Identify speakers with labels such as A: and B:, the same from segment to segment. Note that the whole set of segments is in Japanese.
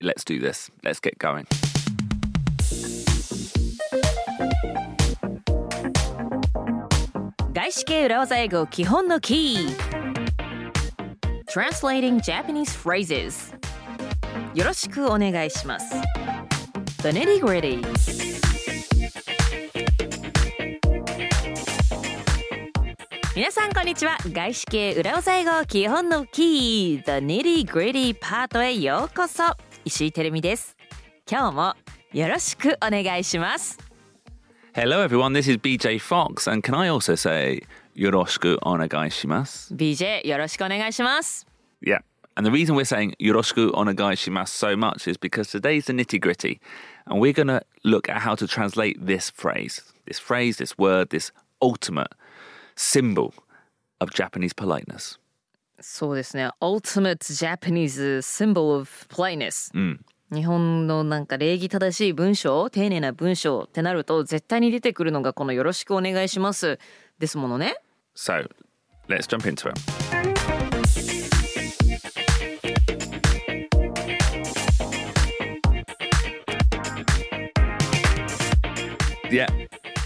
A: let's do this. Let's get going.
B: Translating Japanese phrases よろしくお願いします The nitty gritty 皆さんこんにちは外資系裏技英語基本のキー The nitty gritty パートへようこそ石井てるみです今日もよろしくお願いします
A: Hello, everyone. This is BJ Fox. And can I also say, Yoroshiku onegai shimasu?
B: BJ よろしくお願いします
A: Yeah. And the reason we're saying Yoroshiku onegai shimasu so much is because today's the nitty gritty. And we're going to look at how to translate this phrase, this phrase, this word, this ultimate symbol of Japanese politeness.
B: そうですね。Ultimate Japanese symbol of politeness、日本のなんか礼儀正しい文章、丁寧な文章ってなると絶対に出てくるのがこのよろしくお願いしますですものね。
A: So let's jump into it. Yeah.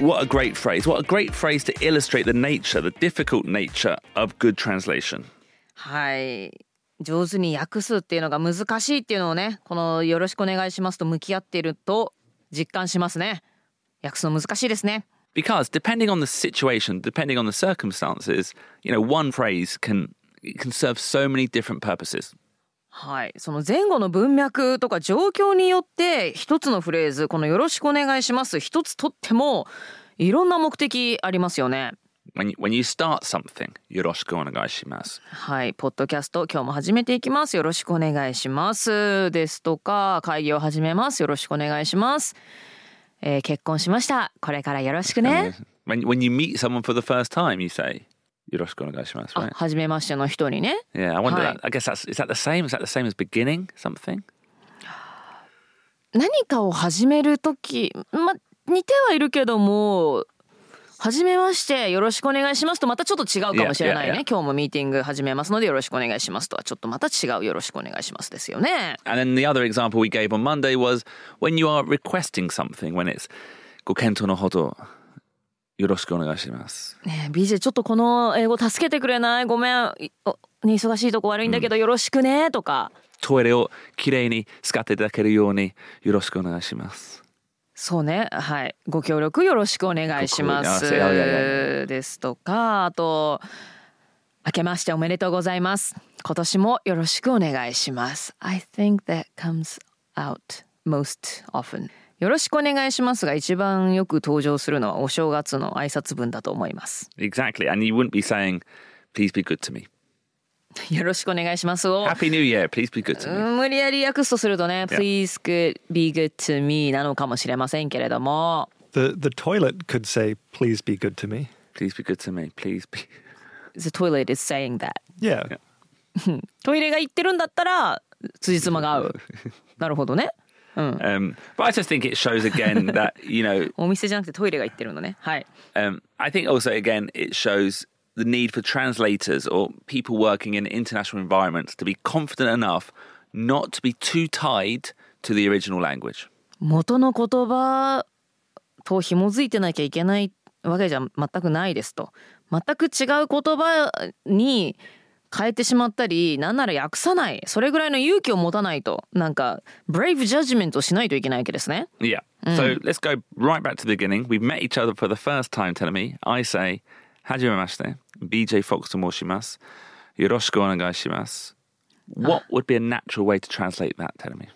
A: What a great phrase. What a great phrase to illustrate the nature, the difficult nature of good translation.
B: はい。上手に訳すっていうのが難しいっていうのをね、このよろしくお願いしますと向き合っていると実感しますね。訳すの難しいですね。
A: Because depending on the situation, depending on the circumstances, you know, one phrase can it can serve so many different purposes.
B: はい、その前後の文脈とか状況によって一つのフレーズこの「よろしくお願いします」一つとってもいろんな目的ありますよね。
A: When you, when you start something, yoroshiku onegaishimasu.
B: はい、ポッドキャスト今日も始めていきます。よろしくお願いしますですとか会議を始めます。よろしくお願いします。えー結婚しました。これからよろしくね。
A: When when you meet someone for the first time, you say yoroshiku onegaishimasu,
B: あ
A: right?、
B: 初めましての人にね。
A: Yeah, I wonder.
B: Oh, Hi.
A: That, I guess that's is that the same? Is that the same as beginning something?
B: 何かを始める時ま似てはいるけども初めましてよろしくお願いしますとまたちょっと違うかもしれないね
A: Yeah, yeah, yeah.
B: 今日もミーティング始めますのでよろしくお願いしますとはちょっとまた違うよろしくお願いしますですよね
A: And then the other example we gave on Monday was when you are requesting something, when it's gokento no hodo yoroshiku onegaishimasu.
B: ねえ BJ ちょっとこの英語助けてくれないごめんいおね忙しいとこ悪いんだけどよろしくねとか、
A: Toire o kirei ni tsukatte itadakeru you ni yoroshiku onegaishimasu.
B: そうねはいご協力よろしくお願いしま
A: ご
B: す
A: 協力あそういやいや
B: ですとかあと明けましておめでとうございます今年もよろしくお願いします I think that comes out most often よろしくお願いしますが一番よく登場するのはお正月の挨拶文だと思います
A: Exactly. And you wouldn't be saying, please be good to me.
B: よろしくお願いしますを
A: Happy New Year. Please be good to
B: う
A: me.
B: ん無理やり訳すとするとね Please good, be good to me なのかもしれませんけれども
C: The the toilet could say, "Please be good to me."
A: Please be good to me. Please be.
B: The toilet is saying that
C: Yeah.
B: トイレが行ってるんだったら辻褄が合うなるほどね
A: Um, but I just think it shows again that, you know,
B: お店じゃなくてトイレが行ってるのねはい
A: Um, I think also again it shows the need for translators or people working in international environments to be confident enough not to be too tied to the original language.
B: 元の言葉と紐づいてなきゃいけないわけじゃ全くないですと全く違う言葉に変えてしまったりなんなら訳さないそれぐらいの勇気を持たないとなんかブレイブジャッジメントをしないといけないわけですね
A: Yeah. So let's go right back to the beginning. We've met each other for the first time, telling me. I say, Hajimemashite, BJ Fox to Moshimas, Yoroshiku onegaishimasu. What would be a natural way to translate that, telling me?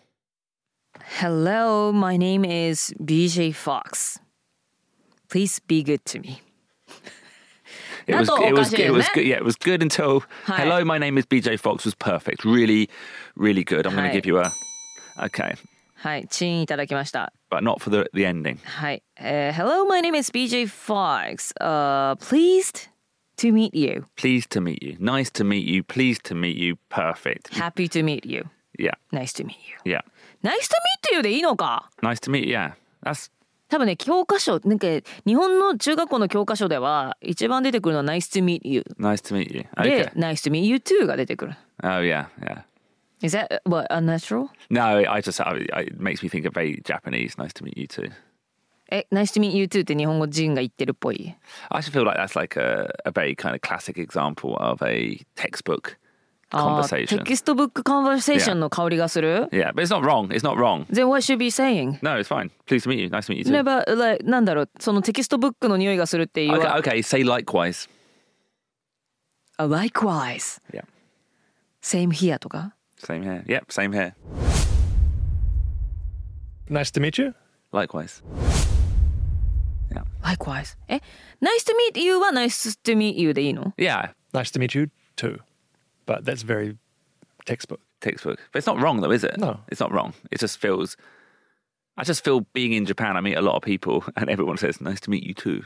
B: Hello, my name is BJ Fox. Please be good to me.
A: It was,
B: That's all
A: it was,
B: got it,
A: it was
B: isn't it?
A: good. Yeah, it was good until
B: Hi.
A: "Hello, my name is BJ Fox" was perfect. Really, really good. I'm going
B: Hi.
A: to give you a okay,
B: はい、チーンいただきました。
A: but not for the the ending.
B: はい。えー Hello, my name is BJ Fox.、Uh, pleased to meet you.
A: Pleased to meet you. Nice to meet you. Pleased to meet you. Perfect.
B: Happy to meet you.
A: Yeah,
B: Nice to meet you.
A: yeah.
B: Nice to meet you でいいのか
A: Nice to meet you. Yeah, that's
B: 多分ね、教科書、なんか日本の中学校の教科書では一番出てくるのは Nice to meet you
A: nice to meet you.
B: で、
A: Okay.
B: Nice to meet you too が出てくる。
A: Oh yeah, yeah.
B: Is that what unnatural?
A: No, I just I, I- it makes me think of very Japanese. Nice to meet you too.
B: え、nice to meet you too って日本語人が言ってるっぽい。
A: I actually feel like that's like a, a very kind of classic example of a textbook
B: あー
A: conversation.
B: テキストブックコンバーセーショ
A: Yeah.
B: ンの香りがする
A: Yeah, but it's not wrong. It's not wrong.
B: Then what should be saying?
A: No, it's fine. Pleased to meet you. Nice to meet you too.
B: Never, like, なんだろう、そのテキストブックの匂いがするっていう。
A: okay, okay, say likewise.
B: A Likewise,
A: Yeah.
B: same here とか。
A: Same here. Yep, same here.
C: Nice to meet you.
A: Likewise. Yeah.
B: Likewise. え、nice to meet you は nice to meet you でいいの
A: Yeah.
C: Nice to meet you too. But that's very textbook.
A: textbook. But it's not wrong though, is it?
C: No.
A: It's not wrong. It just feels I just feel being in Japan, I meet a lot of people and everyone says, Nice to meet you too.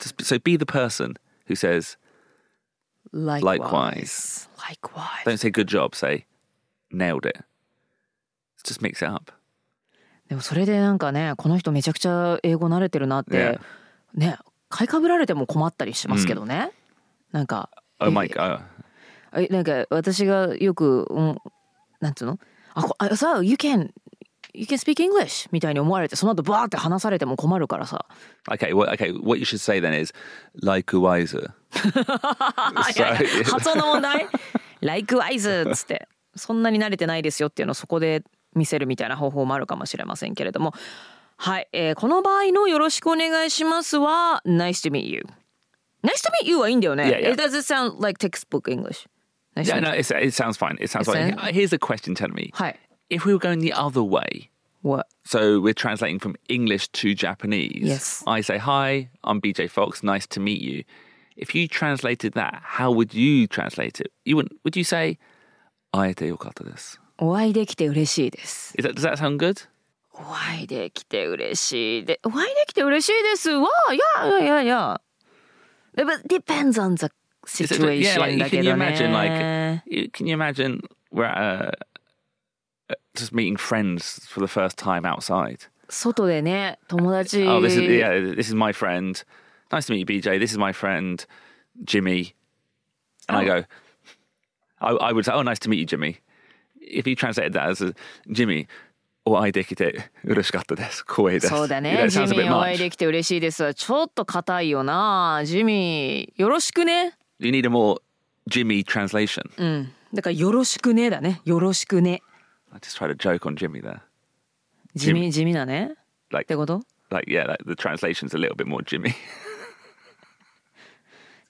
A: Just, so be the person who says, Likewise.
B: Likewise.
A: Don't say good job, say nailed it. Just mix it up.
B: でもそれでなんかね、この人めちゃくちゃ英語慣れてるなって、ね、買いかぶられても困ったりしますけどね。なんか。
A: Oh my
B: え
A: god.
B: えなんか私がよく、うん、なんつうのあこあさ、you can, you can speak English みたいに思われて、その後バーって話されても困るからさ。
A: Okay, well, okay, what you should say then is likewise. so,
B: 発音の問題 ?Likewise っつってそんなに慣れてないですよっていうのをそこで見せるみたいな方法もあるかもしれませんけれどもはい、えーこの場合の「よろしくお願いします」は「Nice to meet you」「Nice to meet you」はいいんだよね
A: Yeah, yeah.
B: It doesn't sound like textbook English Nice
A: yeah,
B: to meet
A: no, it's, it sounds fine. It sounds
B: It's
A: fine.
B: a-
A: Here's a question, tell me.
B: はい
A: If we were going the other way,
B: What?
A: So we're translating from English to Japanese.
B: Yes.
A: I say, Hi, I'm BJ Fox. Nice to meet you. If you translated that, how would you translate it? You wouldn't, would you say, Aete yokata desu?
B: お会いできて嬉しいです。
A: Is that, does that sound good?
B: お会いできて嬉しいで、お会いできて嬉しいですわ。いやいやいや。But depends on the
A: Is it- yeah,
B: situation
A: like,
B: だ
A: can
B: け
A: you
B: ど
A: imagine, like,
B: ね。
A: you- can you imagine we're at a, just meeting friends for the first time outside?
B: 外でね、友達。
A: Oh, this is, yeah, this is my friend. Nice to meet you, BJ. This is my friend, Jimmy. And I go, I, I would say, oh, nice to meet you, Jimmy. If you translated that as a, Jimmy, or I dekite urashikatta desu, kowei desu.
B: そうだ
A: You know,
B: ね。
A: it
B: ジ
A: sounds a
B: ミ
A: bit
B: ーお会
A: much.
B: いできて嬉しいですわ。ちょっと硬いよな。ジミー、よろしくね。
A: You need a more Jimmy translation.
B: だから、よろしくねだね。よろしくね。
A: I just tried a joke on Jimmy there.
B: 地
A: ジ
B: 味、地味だね。っ
A: Like,
B: てこと
A: like yeah, like the translation's a little bit more Jimmy.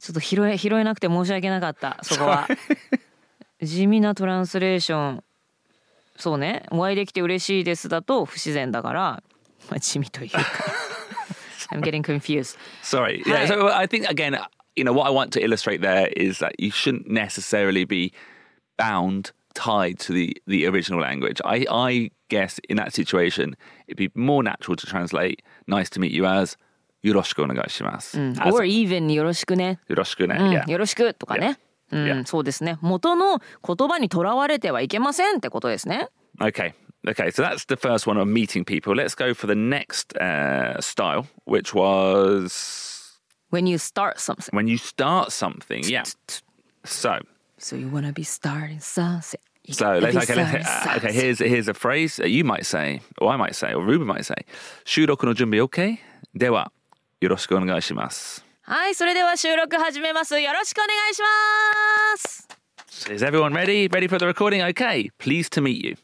B: ちょっと拾え、拾えなくて申し訳なかった。そこ は。地味なトランスレーション。そうね。お会いできて嬉しいですだと不自然だから、まあ、地味 というか。I'm getting confused.
A: Sorry. Yeah.
B: Hi.
A: So I think again, uh, you know, what I want to illustrate there is that you shouldn't necessarily be bound, tied to the the original language. I I guess in that situation, it'd be more natural to translate "nice to meet you" as "yoroshiku onegaishimasu" as
B: Mm. Or Mm, even よろしくね。
A: "yoroshiku
B: う
A: ne."
B: ん
A: Yeah.
B: よろしくとかね。うん
A: Yeah.
B: そうですね。元の言葉にとらわれてはいけませんってことですね。
A: Okay. Okay, so that's the first one on meeting people. Let's go for the next uh, style, which was
B: When you start something.
A: when you start something. Yeah. So
B: So you wanna be starting something. You
A: So
B: gotta
A: let's,
B: be
A: okay, let's,
B: starting
A: uh, okay,
B: something.
A: here's here's a phrase that you might say, or I might say, or Ruben might say. 収録の準備 OK? では、よろしくお願いします。
B: はい、それでは収録始めます。よろしくお願いします。
A: Is everyone ready? Ready for the recording? Okay. Pleased to meet you.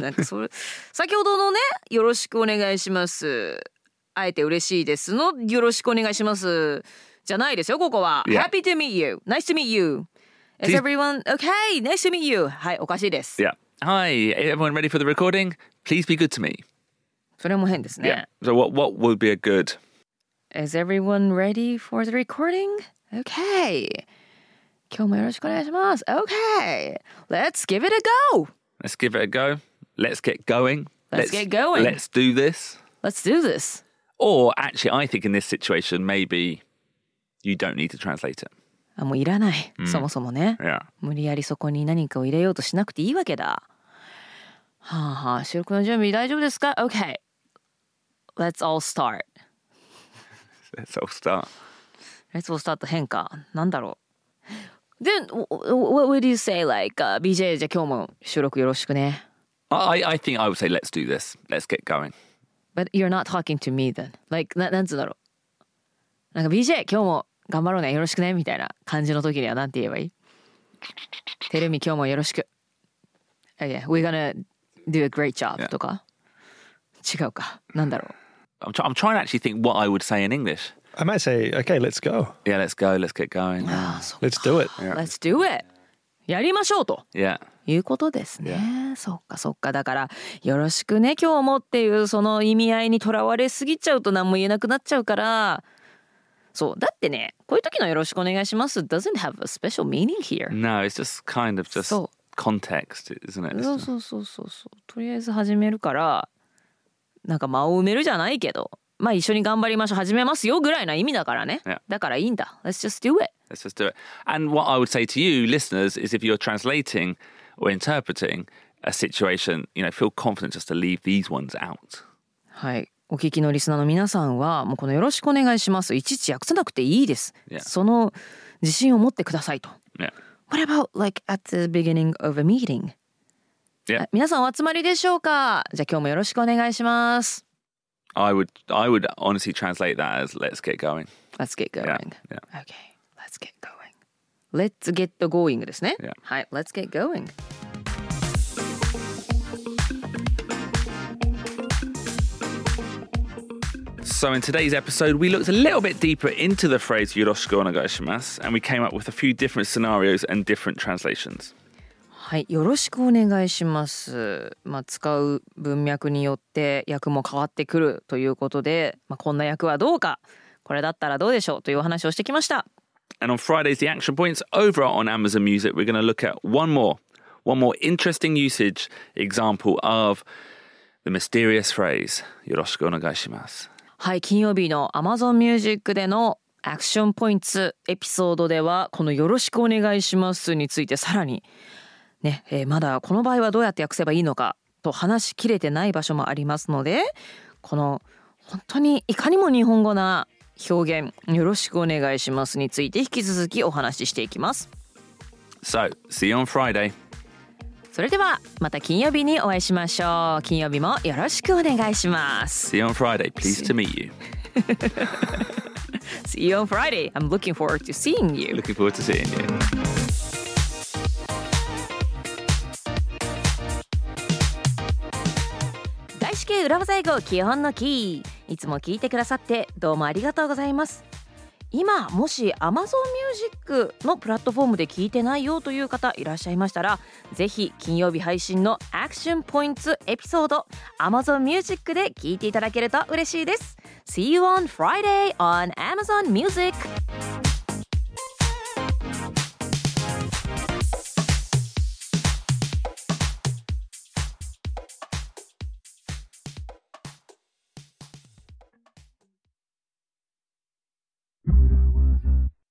B: なんかそれ先ほどのね「よろしくお願いします」「あえて嬉しいです」の「よろしくお願いします」じゃないですよここは「
A: Yeah.
B: Happy to meet you」「Nice to meet you」「Is
A: Please-
B: everyone okay? Nice to meet you」はいおかしいです、
A: Yeah. Hi, everyone ready for the recording? Please be good to me.
B: それも変ですね、
A: So what what would be a good
B: Is everyone ready for the recording? Okay 今日もよろしくお願いします Okay Let's give it a go
A: let's give it a go. Let's get going.
B: Let's get going.
A: Let's do this.
B: Let's do this
A: Or actually I think in this situation maybe you don't need to translate it.
B: あもういらない、そもそもね
A: Yeah.
B: 無理やりそこに何かを入れようとしなくていいわけだ。はあはあ、収録の準備大丈夫ですか ?OK。Let's all start.
A: Let's all start.
B: Let's all start 変化。なんだろう。 Then wh- wh- what would you say like、uh, BJ じゃあ今日も収録よろしくね。
A: I, I think I would say let's do this. Let's get going.
B: But you're not talking to me then. Like ななんつうんだろう。なんか BJ 今日も頑張ろうねよろしくねみたいな感じの時にはなんて言えばいい？テレミ今日もよろしく。Okay, we're gonna do a great job、
A: Yeah.
B: とか。違うか。なんだろう。
A: I'm, try- I'm trying to actually think what I would say in English.
C: I might say, okay, let's go.
A: Yeah, let's go. Let's get going. Yeah.
C: Let's do it.
B: Let's do it. やりましょうと。
A: Yeah.
B: いうことですね。そっかそっか。だから、よろしくね、今日もっていう、その意味合いにとらわれすぎちゃうと何も言えなくなっちゃうから、そう。だってね、こういう時のよろしくお願いします doesn't have a special meaning here.
A: No, it's just kind of just
B: So-
A: context, isn't it?
B: そう
A: It's-
B: そうそうそうそう。とりあえず始めるから、なんか間を埋めるじゃないけど、まあ一緒に頑張りましょう、始めますよぐらいな意味だからね
A: Yeah.。
B: だからいいんだ。Let's just do it.
A: Let's just do it. And what I would say to you, listeners, is if you're translating or interpreting a situation, you know, feel confident just to leave these ones out.
B: はい。お聞きのリスナーの皆さんは、もうこのよろしくお願いします。いちいち訳さなくていいです。
A: Yeah.
B: その自信を持ってくださいと。
A: Yeah.
B: What about like at the beginning of a meeting?
A: Yeah.
B: あ皆さんお集まりでしょうかじゃあ今日もよろしくお願いします。
A: I would I would honestly translate that as let's get going.
B: Let's get
A: Yeah.
B: going.
A: Yeah.
B: Okay. Let's get going. Let's get going ですね。
A: Yeah.
B: はい。Let's get going.
A: So in today's episode, we looked a little bit deeper into the phrase yoroshiku onegaishimasu and we came up with a few different scenarios and different translations.
B: はい。よろしくお願いします。まあ使う文脈によって役も変わってくるということで、まあ、こんな役はどうか、これだったらどうでしょうというお話をしてきました。
A: And on Fridays, the action points over on Amazon Music, we're going to look at one more, one more interesting usage example of the mysterious phrase yoroshiku onegaishimasu.
B: はい、金曜日の Amazon Music でのアクションポイントエピソードではこの「よろしくお願いします」についてさらにね、えーまだこの場合はどうやって訳せばいいのかと話しきれてない場所もありますのでこの本当にいかにも日本語な表現「よろしくお願いします」について引き続きお話ししていきます。
A: So, see you on Friday.
B: それではまた金曜日にお会いしましょう。金曜日もよろしくお願いします。
A: See you on Friday. Pleased to meet you.
B: See you on Friday. I'm looking forward to seeing you.
A: Looking forward to seeing you.
B: 外資系裏技英語基本のキーいつも聞いてくださってどうもありがとうございます今もし Amazon Music のプラットフォームで聞いてないよという方いらっしゃいましたらぜひ金曜日配信のアクションポイントエピソード Amazon Music で聞いていただけると嬉しいです See you on Friday on Amazon Music!